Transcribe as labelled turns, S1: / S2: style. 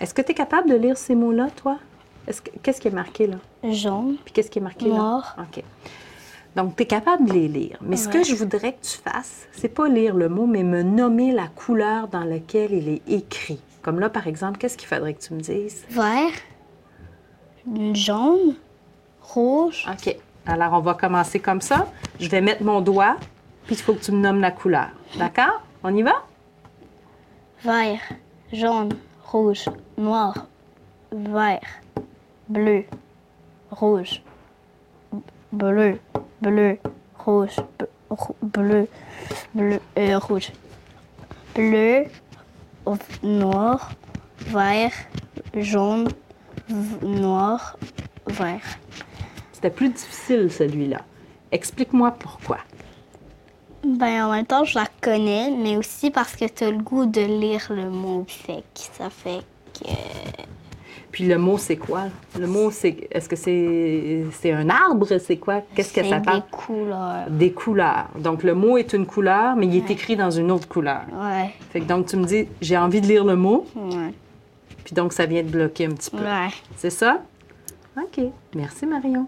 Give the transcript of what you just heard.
S1: Est-ce que tu es capable de lire ces mots-là, toi? Est-ce que- Qu'est-ce qui est marqué là?
S2: jaune,
S1: Puis qu'est-ce qui est marqué là?
S2: noir.
S1: OK. Donc, tu es capable de les lire. Mais ce que
S2: Ouais.
S1: je voudrais que tu fasses, c'est pas lire le mot, mais me nommer la couleur dans laquelle il est écrit. Comme là, par exemple, qu'est-ce qu'il faudrait que tu me dises?
S2: vert, jaune, rouge,
S1: OK. Alors, on va commencer comme ça. Je vais mettre mon doigt, puis il faut que tu me nommes la couleur. D'accord? On y va?
S2: vert, jaune, rouge, noir, vert, bleu, rouge, bleu, bleu, rouge, b- rou- bleu, bleu, euh, rouge, bleu, v- noir, vert, jaune, v- noir, vert.
S1: C'était plus difficile, celui-là. Explique-moi pourquoi.
S2: Ben, en même temps, je la connais, mais aussi parce que t'as le goût de lire le mot fait que ça fait que.
S1: Puis le mot, c'est quoi? Le mot, c'est. Est-ce que c'est c'est un arbre? C'est quoi? Qu'est-ce que
S2: c'est
S1: ça parle?
S2: des couleurs.
S1: Des couleurs. Donc, le mot est une couleur, mais il est écrit dans une autre couleur.
S2: Ouais,
S1: Fait que donc, tu me dis, j'ai envie de lire le mot,
S2: ouais,
S1: puis donc, ça vient de bloquer un petit peu.
S2: ouais.
S1: C'est ça? OK. Merci, Marion.